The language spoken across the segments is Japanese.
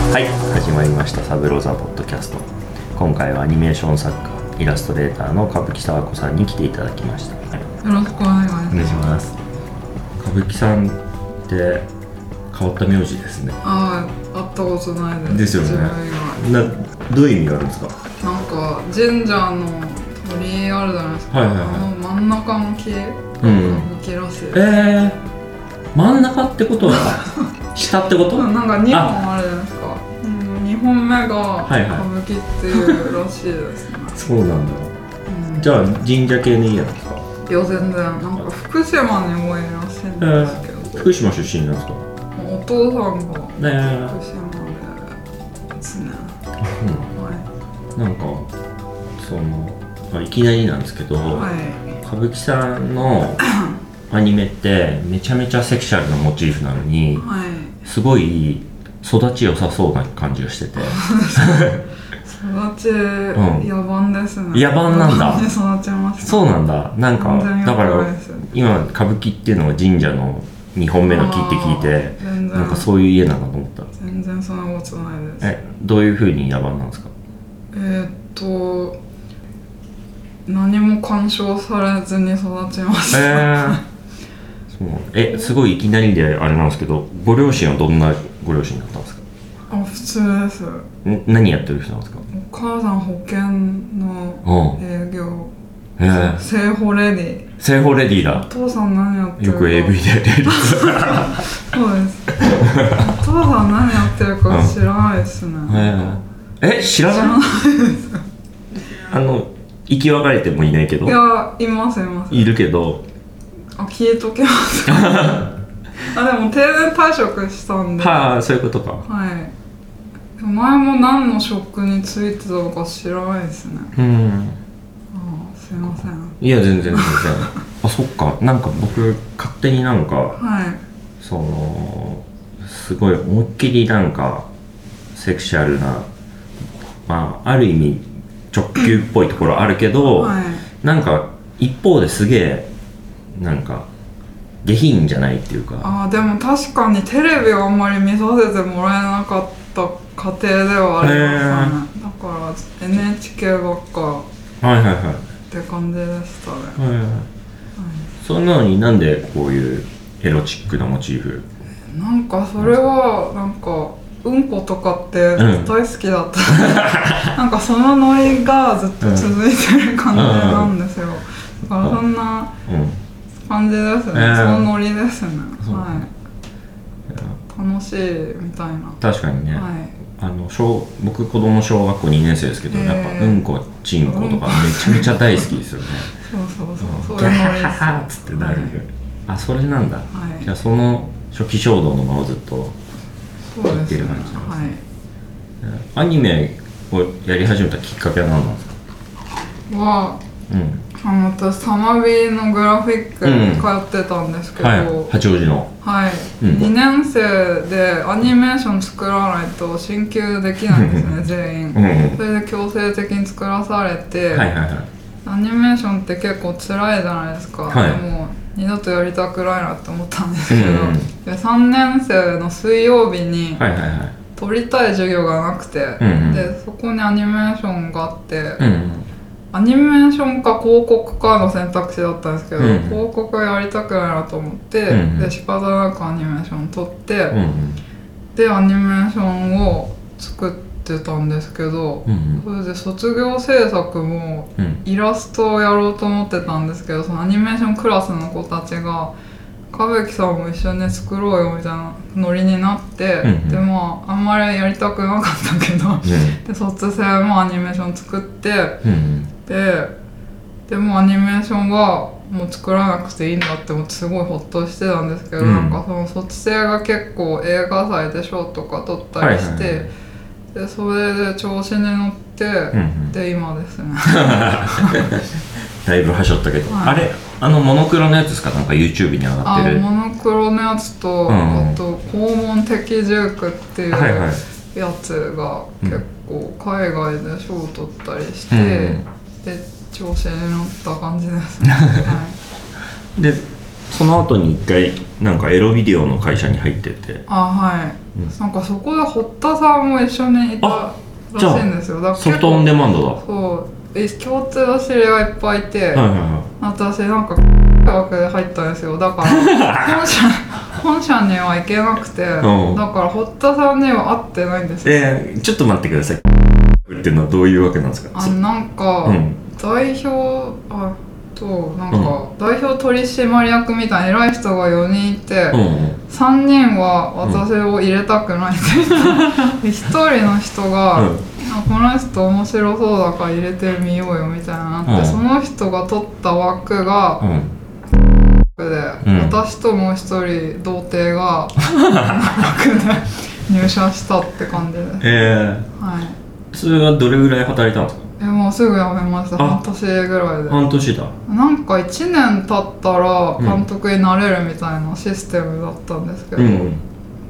始まりました「サブローザポッドキャスト」今回はアニメーション作家イラストレーターの歌舞伎沢子さんに来ていただきましたよろしくお願いしまおす。願いします歌舞伎さんって変わった名字ですねああ、会ったことないです。ですよね自分以外などういう意味があるんですかなんか神社の鳥居あるじゃないですか。はいはいはいあの真ん中の木、うんなんか木らしいです。えー、真ん中ってことは 下ってことなんか二本あるじゃないですか。うん二本目が歌いはい舞伎っていうらしいですね。そうなんだうんじゃあ神社系の家なんですかいや全然なんか福島に多いらしいんですけど、福島出身なんですかお父さんがね福島でですね。はえなんかそのまあいきなりなんですけど、い。はい。歌舞伎さん のアニメってめちゃめちゃセクシャルなモチーフなのにはいすごい育ち良さそうな感じがして て育ち、野蛮ですね野蛮なんだ野蛮に育ちましたそうなんだなんか完全にだか野蛮らです今歌舞伎っていうのは神社の2本目の木って聞いて全然なんかそういう家なんだと思った全然そんなことないですえどういうふうに野蛮なんですかえーっと何も干渉されずに育ちましえた、ー そうえすごいいきなりであれなんですけどご両親はどんなご両親だったんですかあ普通ですん何やってる人なんですかお母さん保険のうん営業えー、セイホレディセイホレディーおだ父さん何やってるよかく AV でやってるそうですお父さん何やってるか知らないですね、え知らないあの生き別れてもいないけどいやいますいますいるけどあ消えとけますあでも定年退職したんでははあそういうことかいでも前も何の職についてたのか知らないですねうんああすいませんいや全然全然 あそっかなんか僕勝手になんかはいそのすごい思いっきりなんかセクシャルなまあある意味直球っぽいところあるけど、はいなんか一方ですげえなんか下品じゃないっていうかああでも確かにテレビをあんまり見させてもらえなかった家庭ではありましたねだから NHK ばっかはいはいはいって感じでしたねそんなのになんでこういうエロチックなモチーフなんかそれはなんかうんことかってうん大好きだった、 なんかそのノリがずっと続いてる感じなんですよ、だからそんなうん感じですね、うんそのノリですね、そうはい楽しいみたいな、確かにね、はいあの小僕子供小学校2年生ですけど、へーやっぱうんこちんことかめちゃめちゃ大好きですよねそうそううそんギャう、そういうノリハですハっつってなる、はいあそれなんだ、はいじゃあその初期衝動のままずっとそうです言ってるね感じなんですアはいニメをやり始めたきっかけは何なんですかはうんあの私サマビーのグラフィックに通ってたんですけど、はい、八王子の。はい、うん2年生でアニメーション作らないと進級できないんですね全員、うんうんそれで強制的に作らされて、はいはいはアニメーションって結構辛いじゃないですか、はいでも二度とやりたくないなって思ったんですけど、うんうんで3年生の水曜日にい。はいはいはい。取りたい授業がなくて、うんうんでそこにアニメーションがあって、うんアニメーションか広告かの選択肢だったんですけど、うん広告やりたくないなと思って、うんうんで仕方なくアニメーション撮って、うん。うんでアニメーションを作ってたんですけどうん。う、んそれで卒業制作もうん。うん。イラストをやろうと思ってたんですけどそのアニメーションクラスの子たちが歌舞伎さんも一緒に作ろうよみたいなノリになって、うんうんでまああんまりやりたくなかったけどで卒生もアニメーション作ってうん。ででもアニメーションはもう作らなくていいんだって思ってすごいほっとしてたんですけど、うんなんかその卒生が結構映画祭で賞とか取ったりして、はいはいはでそれで調子に乗って、うんうんで今です ね。だいぶはしょったけど、はいあれ、あのモノクロのやつですか、なんか YouTube に上があってる。モノクロのやつと、うんうんあと「肛門的住居」っていうはいはいやつがうん結構海外で賞を取ったりして、うんうん で調子に乗った感じですね、はい、で、その後に一回なんかエロビデオの会社に入っててあはい、うんなんかそこで堀田さんも一緒にいたあらしいんですよだからソ結フトオ構ンデマンドだはそうえ共通の知り合いいっぱいいて、いはいは私なんか大学で入ったんですよだから 本社本社には行けなくて、うんだから堀田さんには会ってないんですいよ、えー、ちょっと待ってくださいっていうのはどういうわけなんですかあなんか、うん代表あとなんか、代表取締役みたいな偉い人が4人いて、うんうん3人は私を入れたくないって言って、で1人 の人が、うんあこの人面白そうだから入れてみようよみたいなのあって、うんその人が取った枠が、うんで、うん私ともう一人童貞 が枠で入社したって感じでえー、はいそれはどれぐらい働いたんですかえもうすぐ辞めましたあ半年ぐらいで半年だなんか1年経ったらうん監督になれるみたいなシステムだったんですけうど、んうん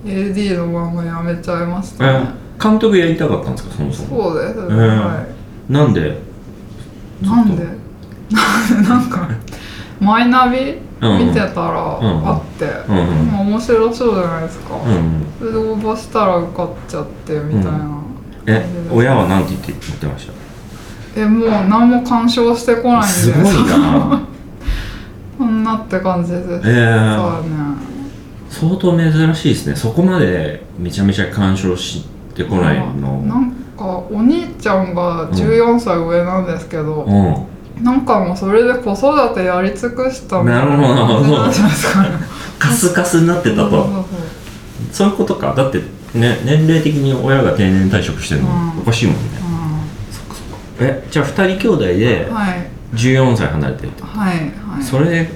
AD の番組やめちゃいましえたね、ー、監督やりたかったんですかそもそもそうです、んはなんでいなんで なんかマイナビうんうん見てたらうんあって、うんうんまあ面白そうじゃないですか、うんうんそれで応募したら受かっちゃってみたいな感じでえす、親は何て言って言ってましたえもう何も干渉してこないんですごい なそんなって感じですえーそうね相当珍しいですねそこまでめちゃめちゃ干渉してこないなのんかお兄ちゃんが14歳上なんですけど、うなんかもうそれで子育てやり尽くしたみたいな感じなんじゃないですかねんカスカスになってそたうそうとそういうことかだってね年齢的に親が定年退職してるうんのおかしいもんねそうえじゃあ2人兄弟でうんはい14歳離れてるはいはいそれで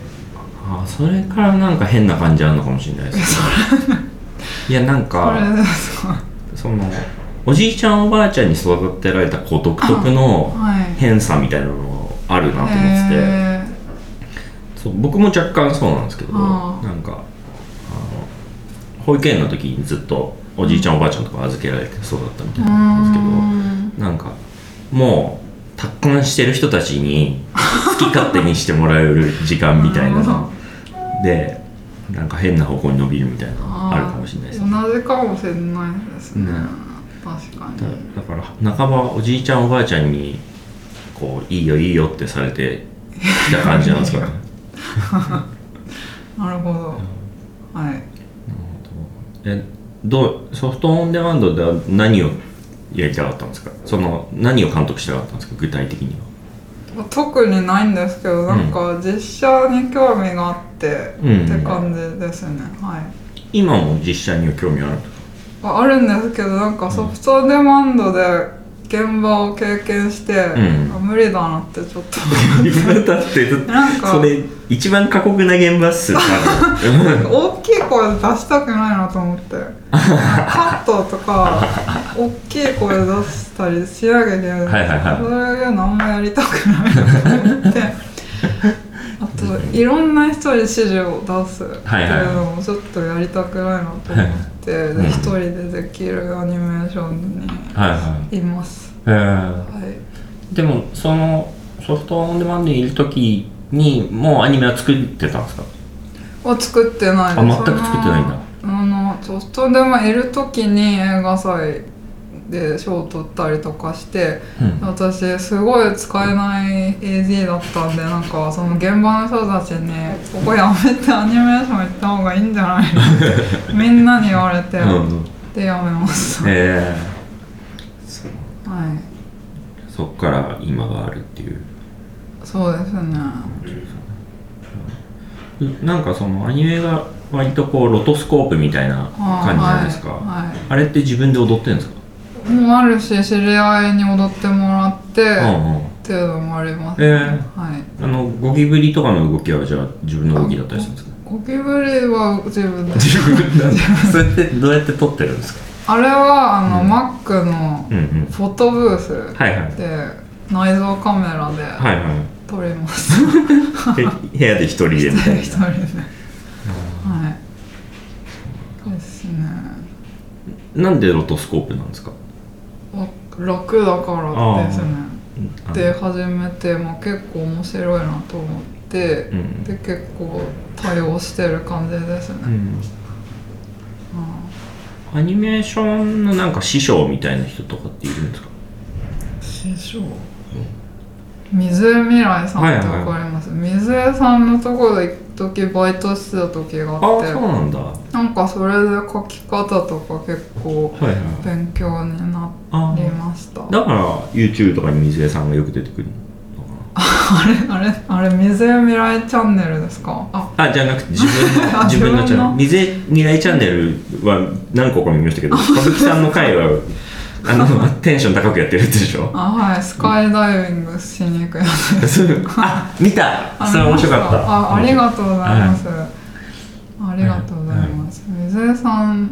あそれからなんか変な感じあるのかもしれないですねいやなんそれかですかそのおじいちゃんおばあちゃんに育てられたこう独特のはい変さみたいなのがあるなと思ってて、えそう僕も若干そうなんですけどあーなんかあの保育園の時にずっとおじいちゃんおばあちゃんとか預けられてそうだったみたいー、うなんーでんすけどなんかもう達観してる人たちに好き勝手にしてもらえる時間みたいななるほのでなんか変な方向に伸びるみたいなのああーるかもしれないですね同じかもしれないですねね確かだにだから半ばおじいちゃんおばあちゃんにこういいよいいよってされてきた感じなんですかねなるほど、はいえどうソフトオンデマンドでは何をやりたかったんですかその何を監督したかったんですか具体的にはまあ特にないんですけどなんか実写に興味があって、うんって感じですねはい今も実写には興味あるああるんですけどなんかソフトデマンドで現場を経験して、んあ無理だなってちょっとだって なんかそれ一番過酷な現場っ すよ多なん分か大きい声出したくないなと思ってカットと か大きい声出したりしなきゃいけないはいはいはいそういうのあんまやりたくないなと 思ってあといろんな人に指示を出すってはいはいいうのもちょっとやりたくないなと思って、うんで一人でできるアニメーションはいはにいます、い、えーはい、でもそのソフトオンデマンドにいる時にもうアニメは作ってたんですかは作ってないあ全く作ってないんだそのあのちょっとでもいる時に映画祭で賞を取ったりとかしてうん私すごい使えない AD だったんでなんかその現場の人たちに「ここやめてアニメーション行った方がいいんじゃ ない?」ってみんなに言われて、うんでやめました、えーそうはいそっから今があるっていうそうですねなんかそのアニメが割とこうロトスコープみたいなあー感じじゃないですか、はいはいあれって自分で踊ってるんですかもうあるし知り合いに踊ってもらって、っうんうんていうのもあります、えーはいあのゴキブリとかの動きはじゃあ自分の動きだったりするんですかゴキブリは自分 で自分だそれってどうやって撮ってるんですかあれはあの、マックのうんうんフォトブースはいはいで、内蔵カメラではいは撮 ります、いで部屋で一人でみたい一な人ではいそうですねなんでロトスコープなんですかわ楽だからですねあので始めて、まあ、結構面白いなと思っって、んで結構対応してる感じですね、うんアニメーションのなんか師匠みたいな人とかっているんですか師匠水江未来さんってわかります、水江さんのところ一時バイトしてた時があああっそてうなんだはなんかそれで書き方とか結構いはい勉強になありました だから YouTube とかに水江さんがよく出てくるのかあれあれあれ水江未来チャンネルですかあなあじゃなくて自分 のあ自分の自チャ分のンネル水江未来チャンネルは何個か見ましたけど歌舞伎さんの回 はあのテンション高くやってるやつでしょあはいスカイダイビングしに行くやつそう あ見たあそれ面白かったあありとがとうございます、ありがとうございます、水江さん、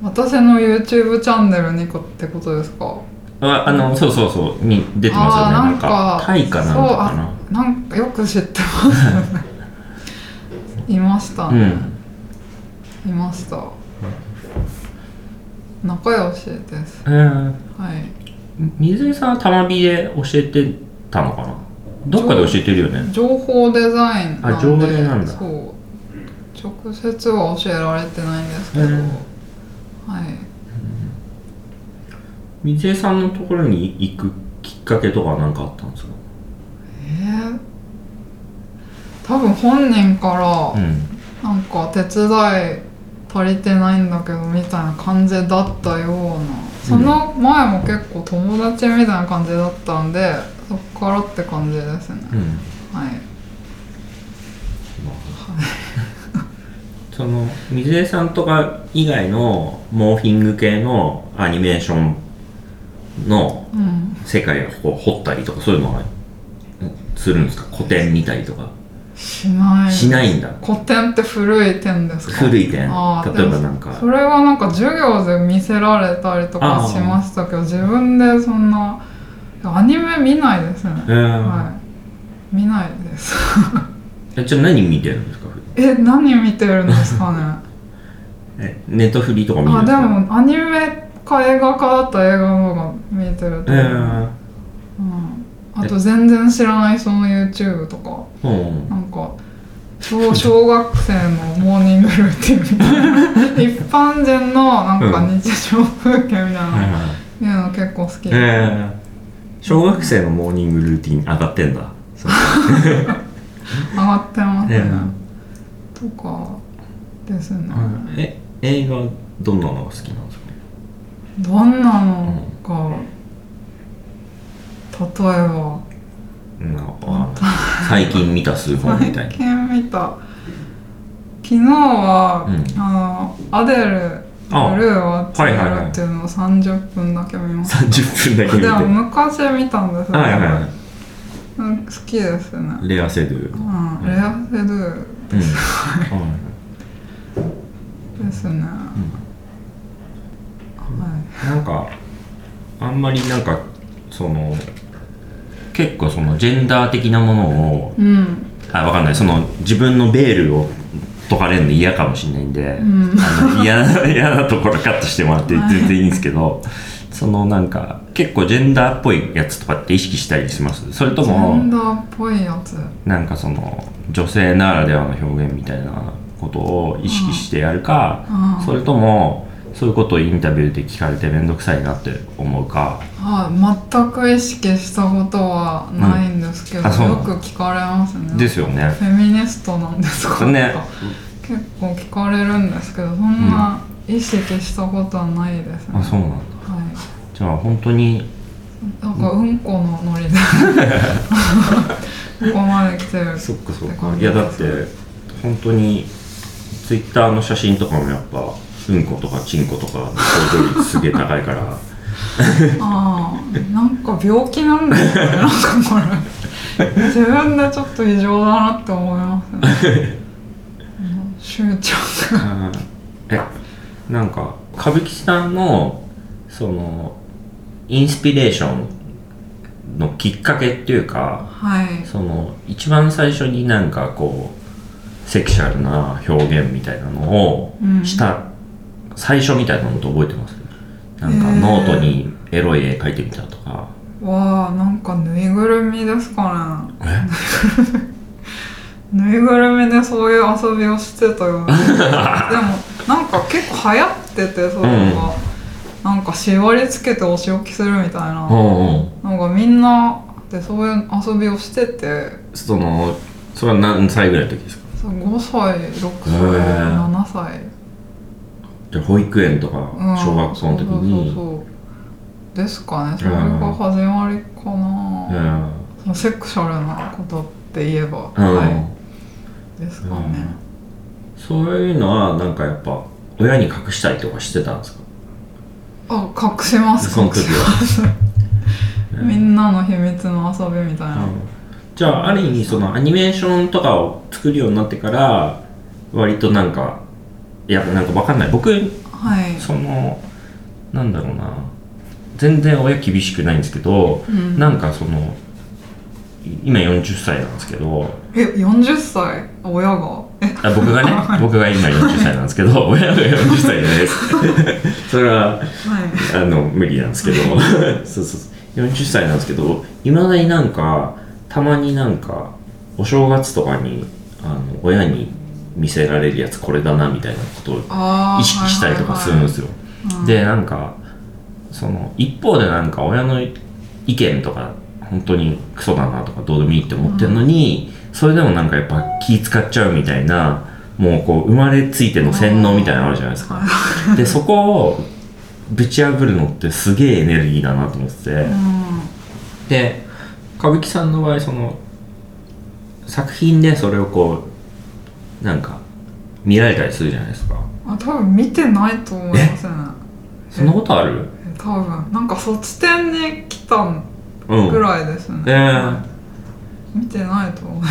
私の YouTube チャンネルにこってことですかうんああのそうそうそうに出てますよねあーなんかタイかなんかかなそうあなんかよく知ってますよねいましたうね、んいました仲良しですうんはい水江さんはたまびで教えてたのかなどっかで教えてるよね情報デザインなんであ情報デザインなんだそう直接は教えられてないんですけど、うんはい水江さんのところに行くきっかけとか何かあったんですかえー、多分本人からんなんか手伝い足りてないんだけどみたいな感じだったようなその前も結構友達みたいな感じだったんでそっからって感じですねうんはいその水江さんとか以外のモーフィング系のアニメーションのうん世界をこう掘ったりとかそういうのはうんするんですか古典見たりとかしないしないんだ古典って古い点ですか古い点例えあばーなんでもかそれはなんか授業で見せられたりとかしましたけど自分でそんなアニメ見ないですね、うんはい見ないですえじゃあ何見てるんですか普段え何見てるんですかねえネットフリとか見るんあでですかもアニメか映画かだったら映画の方が見てるとえ思う、うん、あと全然知らないその YouTube とかえうんなんか小小学生のモーニングルーティンみた いな一般人のなんか日常風景みたいな、はいはい見るの結構好き、ええ小学生のモーニングルーティン上がってんだそう上がってますね、えとかですね、え映画どんなのが好きなんですかどんなのか例えばうんなんか最近見た数本みたい最な近見た昨日は、うんあのアデルあブルーははいはいはいるっていうのを30分だけ見ました、 30分だけ見てでもは昔見たんですよ、いはいはうん好きですね、いレアセドゥううんん、レアセドゥはですね、はいいなんかあんまりなんかその結構そのジェンダー的なものをうんあわかんないその自分のベールを解かれるの嫌かもしれないんで、んあの嫌 な嫌なところカットしてもらって全然いいんですけど、そのなんか結構ジェンダーっぽいやつとかって意識したりしますそれとジェンもダーっぽいやつなんかその女性ならではの表現みたいなことを意識してやるか、うんうんそれともそういうことをインタビューで聞かれて面倒くさいなって思うかはい全く意識したことはないんですけど、うんあそうなよのく聞かれますねですよね。フェミニストなんですかねとか結構聞かれるんですけどそんな意識したことはないですね、あそうなんだはいじゃあ本当になんかうんこのノ リでここまで来てるそっかそっってか感いじやだって本当にツイッターの写真とかもやっぱうんことかチンコとかの登場率すげえ高いからああなんか病気なんだよねなんかこれ自分でちょっと異常だなって思いますね うん執着があーえなんか歌舞伎さんのそのインスピレーションのきっかけっていうかはいその一番最初になんかこうセクシャルな表現みたいなのをうんした、最初みたいなのって覚えてますなんかへーノートにエロい絵描いてみたとか、わあなんかぬいぐるみですかね ぬいぐるみでそういう遊びをしてた ようででもなんか結構流行っててそういうのが、なんか縛り付けてお仕置きするみたいな、うんうんなんかみんなでそういう遊びをしててそのそれは何歳ぐらいの時ですかそう5歳6歳へー7歳じゃあ保育園とかうん小学校の時に、そうそうそうそうですかねそれが始まりかな、うんそのセクシャルなことって言えば、うんはいですかね、そういうのはなんかやっぱ親に隠したりとかしてたんですかあ隠しますその時は隠しますうんみんなの秘密の遊びみたいな、じゃあある意味そのアニメーションとかを作るようになってから割となんかいやなんかわかんない僕はい、そのなんだろうな全然親厳しくないんですけど、うんなんかそのい今40歳なんですけどえ40歳親がえあ僕がね 僕が今40歳なんですけど親が40歳じゃないです それははいあの無理なんですけど そうそうそう40歳なんですけどいまだになんかたまになんかお正月とかにあの親に見せられるやつこれだなみたいなことをあ ー意識したりとかするんですよ、うんでなんかその一方でなんか親の意見とか本当にクソだなとかどうでもいいって思ってるのに、それでもなんかやっぱ気使っちゃうみたいなもうこう生まれついての洗脳みたいなのあるじゃないですかでそこをぶち破るのってすげえエネルギーだなと思ってて、はいはいで歌舞伎さんの場合その作品でそれをこうなんか見られたりするじゃないですかうん、あ多分見てないと思いますねそんなことあるえ多分なんか卒点に来たうんぐらいですね、えー見てないと思う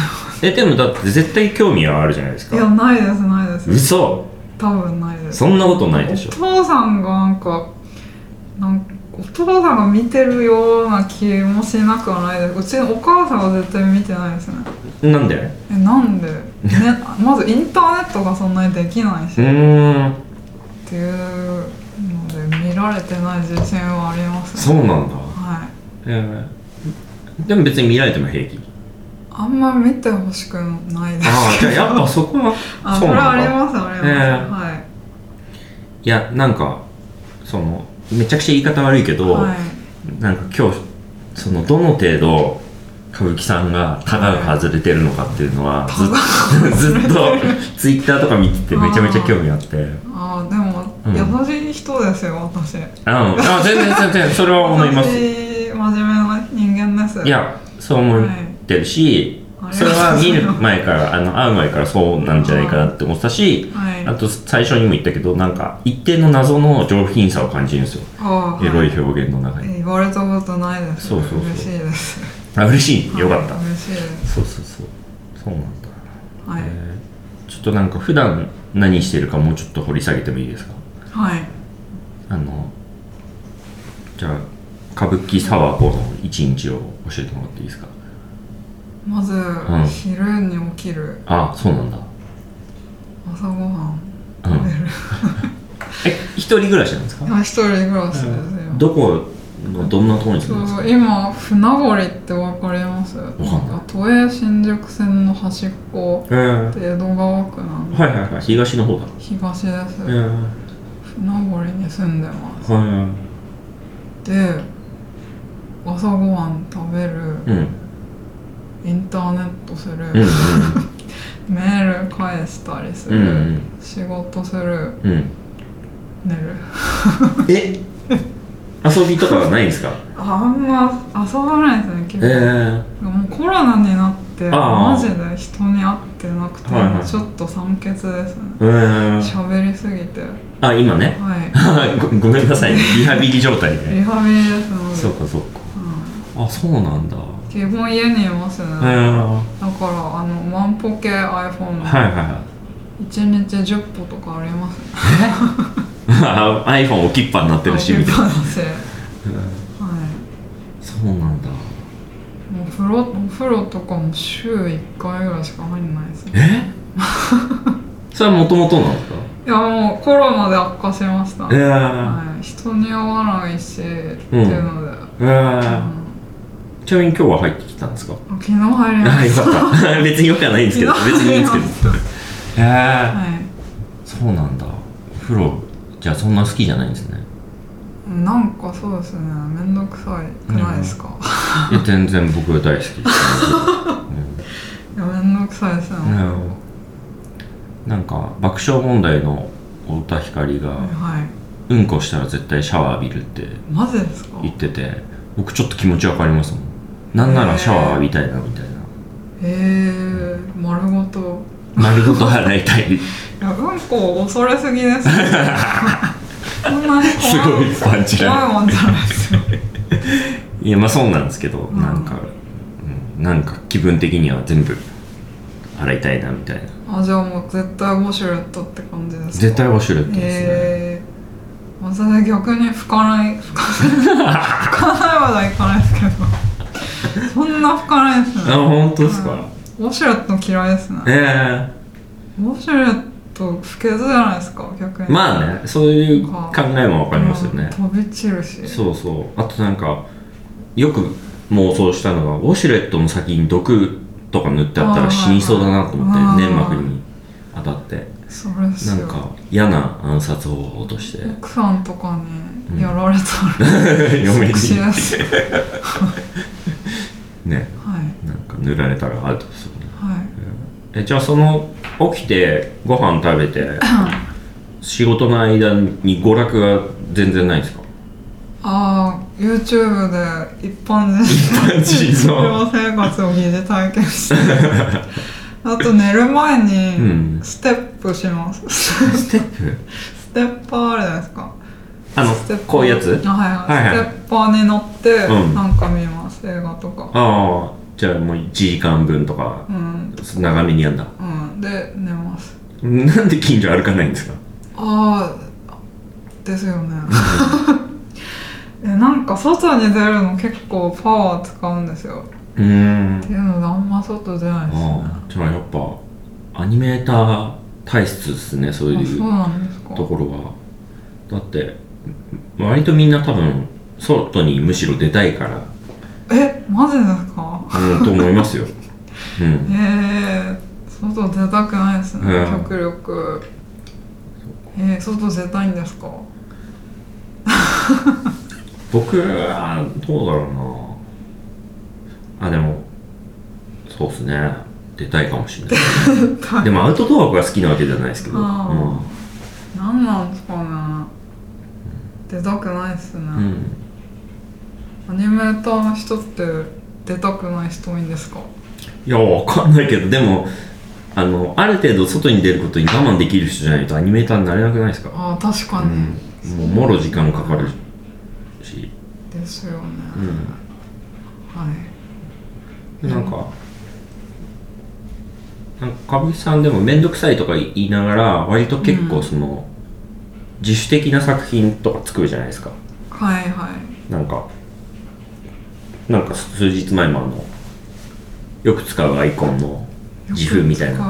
えでもだって絶対興味はあるじゃないですいやかないですないです嘘多分ないですそんなことないでしょお父さんがなんかなんかお父さんが見てるような気もしなくはないですうちのお母さんは絶対見てないですねなんでえなん で、ね、まずインターネットがそんなにできないうしっーんていうので見られてない自信はありますそねうなんだ、はいえーでも別に見られても平気あんま見てほしくないですああじゃあやっぱそこは あそそうれはなあんりだますあります、ええはいいやなんかそのめちゃくちゃ言い方悪いけど、はいなんか今日そのどの程度歌舞伎さんがタガが外れてるのかっていうのはずっずっとツイッターとか見ててめちゃめちゃ興味あってああでも、うん優しい人ですよ私ああ全然全然それは思います私真面目な人間ですいやそう思ってるし、はいそれは見る前からあの会う前からそうなんじゃないかなって思ってたしはいあと最初にも言ったけどなんか一定の謎の上品さを感じるんですよああエロはい表現の中に言われたことないですそうそうそう嬉しいですあ嬉しいよかったはい嬉しいですそうそうそうそうなんだはい、えーちょっとなんか普段何してるかもうちょっと掘り下げてもいいですかはいあのじゃあ歌舞伎サワコの一日を教えてもらっていいですかまず、ん昼に起きるああそうなんだ朝ごはんう 食べんる、え一人暮らしなんですか今一人暮らしですよ、どこのどんなところに住んでますそかう今船堀ってわかりますなんかんないか都営新宿線の端っこええで江戸川区なんではいはいはい東の方だ東です、ええ船堀に住んでますはで朝ごはん食べるいうんうんインターネットする、うんメール返したりすうる、んうん仕事するうんうん寝るえ遊びとかはないんですかあんま遊ばないですね結ええ構、もうコロナになってああマジで人に会ってなくて、はいはいちょっと酸欠ですねええ喋りすぎてはあ今ね いごごめんなさい、ね、リハビリ状態リでハビリですのでそうかそうかうあそうなんだん基本家にいますね、えー、だからあの万歩計 iPhone の、はいはいはい 一日10歩とかありますねあ iPhone 置きっぱになってるしみたいな、はいそうなんだもう風呂お風呂とかも週1回ぐらいしか入んないですね えそれはもともとなんですかいやもうコロナで悪化しました、えはい、人に会わないし、っていうので、ええうえんちなみに今日は入ってきたんですか昨日入りまあよしかった 別によくはないんですけど別にいいんですけどへえたはいそうなんだお風呂じゃあそんな好きじゃないんですねなんかそうですねめんどくさいくないですか、いや全然僕は大好き です、いやめんどくさいですね、うんうんなんか爆笑問題の太田光がはいうんこしたら絶対シャワー浴びるってマジですか言ってて僕ちょっと気持ちわかりますもんなんならシャワー浴びたいなみた いなへえ丸ごと丸ごと洗いたいいやうんこ恐れすぎですね そんなにす怖ごいいパンチ怖ラいもんじゃないですよいやまあそうなんですけど、んなんか、うん、なんか気分的には全部洗いたいなみたいなあじゃあもう絶対ウォシュレットって感じですか絶対ウォシュレットですね、へえまさ逆に拭かない拭かない拭かないまではいかないですけどそんな拭かないですねあ本当ですか、はいウォシュレット嫌いですねえウォシュレット不潔じゃないですか逆えにまあねそういう考えもわかりますよね、うん飛び散るしそうそうあとなんかよく妄想したのがウォシュレットの先に毒とか塗ってあったら死にそうだなと思っあーて粘膜に当たってそれっすなよんか嫌な暗殺法を落として奥さんとかにやられたら、 嫁にしやすいはいねはいなんか塗られたらアウトするねえじゃあその起きてご飯食べて仕事の間に娯楽が全然ないん ですかああ YouTube で一般一人般人の寮生活を疑似体験 してあと寝る前うんにステップ します、ステップステッパーあるじゃないですかあのステッパーこういうやつあはいはい、はいはいステッパーに乗って、うんなんか見ます映画とかああじゃあもう1時間分とかうん、長めにやんだうん、で寝ますなんで近所歩かないんですかああですよ ね えなんか外に出るの結構パワー使うんですようーんっていうのであんま外出ないですねああじゃあやっぱアニメーター体質ですねそうあいそううなんですかところはだって割とみんな多分外にむしろ出たいから、えマジですかうん、と思います よ、うん、ええ外出たくないですね、うん極力えー、外出たいんですか僕はどうだろうなあでもそうっすね出たいかもしれない 出たいでもアウトドアが好きなわけじゃないですけど、あうんー何なんですかね出たくないですね、うん、アニメーターの人って出たくない人多いんですかいやわかんないけどでもあのある程度外に出ることに我慢できる人じゃないとアニメーターになれなくないですか、ああ確かうに、ん、もうもろ時間かかるし、ですよね、うん、はいでなんかなんか歌舞伎さんでも面倒くさいとか言いながら割と結構その、自主的な作品とか作るじゃないですかはいはいなんかなんか数日前もあのよく使うアイコンの自負みたいなな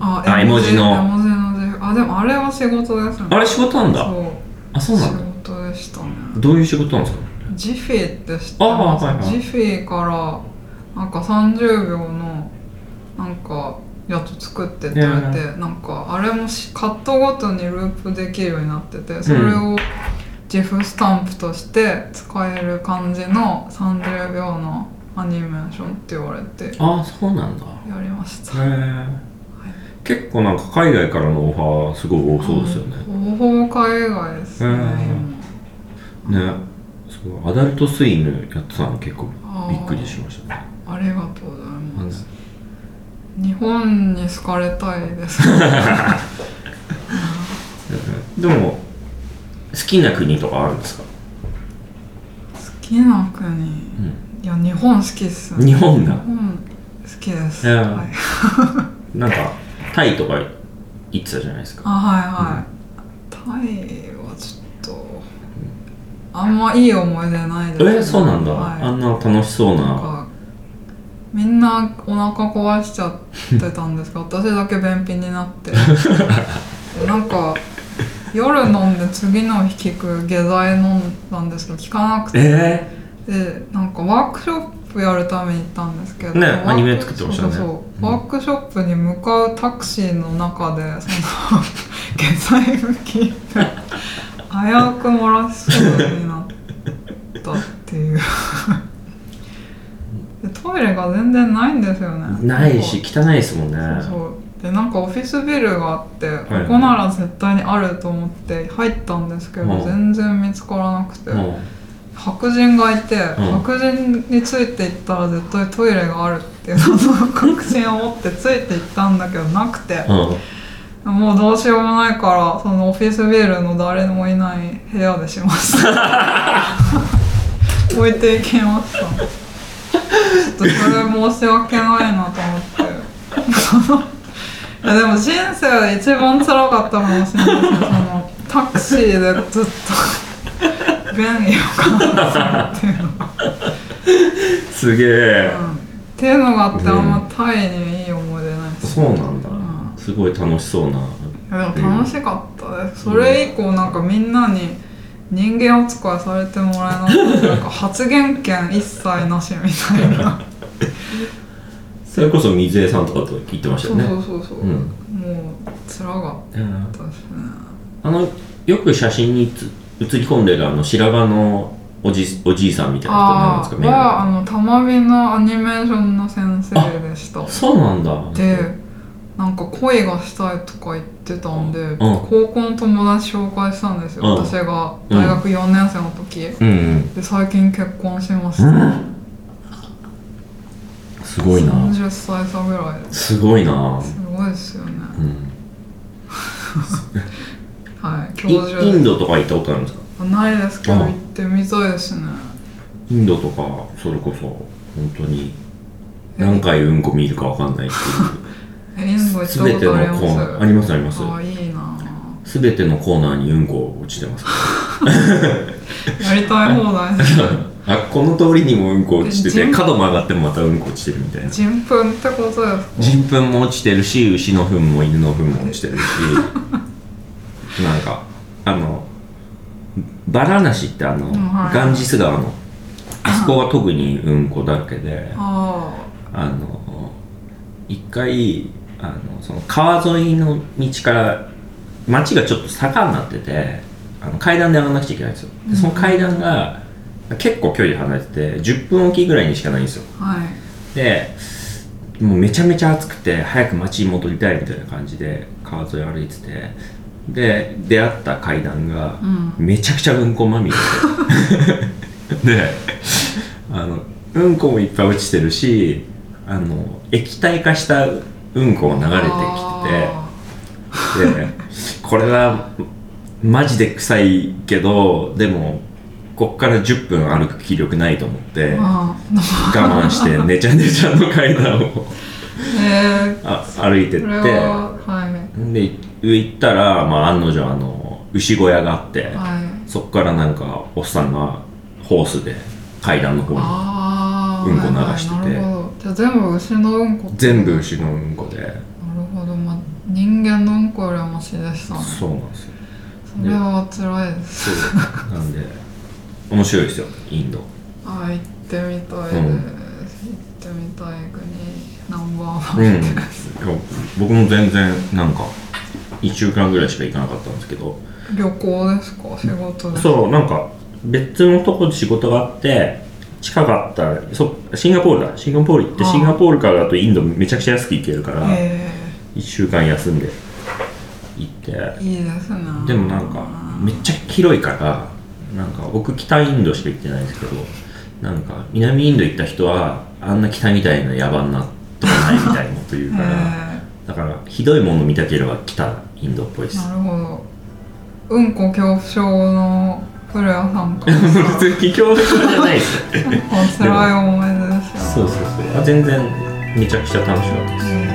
ああ絵文字の絵文字の自負あでもあれは仕事ですねあれ仕事なんだそうあそうなんだ仕事でしたねどういう仕事なんですかジフィーって知ってああます、はいはいジフィーからなんか30秒のなんかやつ作ってって言われて、えなんかあれもしカットごとにループできるようになっててそれをジフスタンプとして使える感じの30秒のアニメーションって言われてああそうなんだやりましたへえ結構なんか海外からのオファーすごい多そうですよね、んほぼほぼ海外ですね、うん今ねすごいアダルトスイムやってたの結構あーびっくりしましたねありがとうございあまのす日本に好かれたいですでも好きな国とかあるんですか、好きな国いや日本好きっす日ね本だ日本好きです、いやーはい、なんかタイとか行ってたじゃないですかあはいはい、タイはちょっとあんまいい思い出ないです、えそうなんだ、はい、あんな楽しそうなんなかみんなお腹壊しちゃってたんで すが私だけ便秘になってなんか夜飲んで次の日聞く下剤飲んだんですけど効かなくてえでなんかワークショップやるために行ったんですけどねワークアニメ作ってましたねそうそううんワークショップに向かうタクシーの中でその下剤を聞いて危うく漏らしそうになったっていう でトイレが全然ないんですよねないし汚いですもんねそうそうでなんかオフィスビルがあって、はいここなら絶対にあると思って入ったんですけど、うん全然見つからなくて、も白人がいて、ん白人についていったら絶対トイレがあるっていうその確信を持ってついていったんだけどなくて、う、うん、もうどうしようもないからそのオフィスビルの誰もいない部屋でしま した置いていきましたちょっとそれ申し訳ないなと思っていやでも人生で一番辛かったかもしれないですねそのタクシーでずっと便利を 感じるっていうのが、すげえ、うん、っていうのがあってあんまタイにいい思い出ないですそうなんだ、んすごい楽しそうないやでも楽しかったです、それ以降なんかみんなに人間扱いされてもらえなくてなんか発言権一切なしみたいなそれこそ水江さんとかと聞いてましたそようねそうそうそう、うんもう辛かったですねあのよく写真につ写り込んでるあの白髪のおじおじいさんみたいなあ人あなんですはかあのたまみのアニメーションの先生でしたねそうなんだでなんか恋がしたいとか言ってたんで、ん高校の友達紹介したんですよ、うん私が大学4年生の時、うん、うん、で最近結婚しました、すごいな30歳差ぐらいですすごいなすごいですよねうんはい教イ授インドとか行ったことあるんですかないですけどうん行ってみたいですねインドとかそれこそ本当に何回うんこ見るかわかんないっていえインド行うったこ全てのとコありーナーあまりますありますすあいいなぁ全てのコーナーにうんこ落ちて ますやりたい放題ですねあこの通りにもうんこ落ちてえて人角も上がってもまたうんこ落ちてるみたいな人糞ってことですか人糞も落ちてるし牛の糞も犬の糞も落ちてるし なんかあのバラナシってあの、んはいガンジス川のあそこは特にうんこだらけでああの一回あのその川沿いの道から町がちょっと坂になっててあの階段で上がらなくちゃいけないんですよでその階段が結構距離離れてて10分おきぐらいにしかないんですよあはいでもうめちゃめちゃ暑くて早く町に戻りたいみたいな感じで川沿い歩いててで出会った階段がうんめちゃくちゃうんこまみれ でであのうんこもいっぱい落ちてるしあの液体化したうんこが流れてあきててでこれはマジで臭いけどでもこっから10分歩く気力ないと思ってーあ我慢 してねちゃねちゃの階段をーえーあ歩いてっそてれははいで上行ったら、まあ、案の定あの牛小屋があってはいそっからなんかおっさんがホースで階段の方にああうんこ流しててなるほどじゃあ全部牛のうんこ全部なる牛のうんこでほど、まあ、人間のうんこよりはマシでしたねそうなんですよそれは辛いですそうなんで面白いですよインドあ行ってみたいです、うん行ってみたい国ナンバーうんワンいや僕も全然なんか1週間ぐらいしか行かなかったんですけど 旅行ですか仕事ですかそうなんか別のとこで仕事があって近かったそシンガポールだシンガポール行ってああシンガポールからだとインドめちゃくちゃ安く行けるからえ1週間休んで行ってえいいですねでもなんかめっちゃ広いからなんか僕北インドしか行ってないんですけどなんか南インド行った人はあんな北みたいな野蛮なとこないみたいなこと言うえからだからひどいもの見たければ北インドっぽいでえすなるほどうんこ恐怖症の古谷さんからしたら 普通に恐怖症じゃないですよ辛い思い出です そようそうそうあ全然めちゃくちゃ楽しかったですええ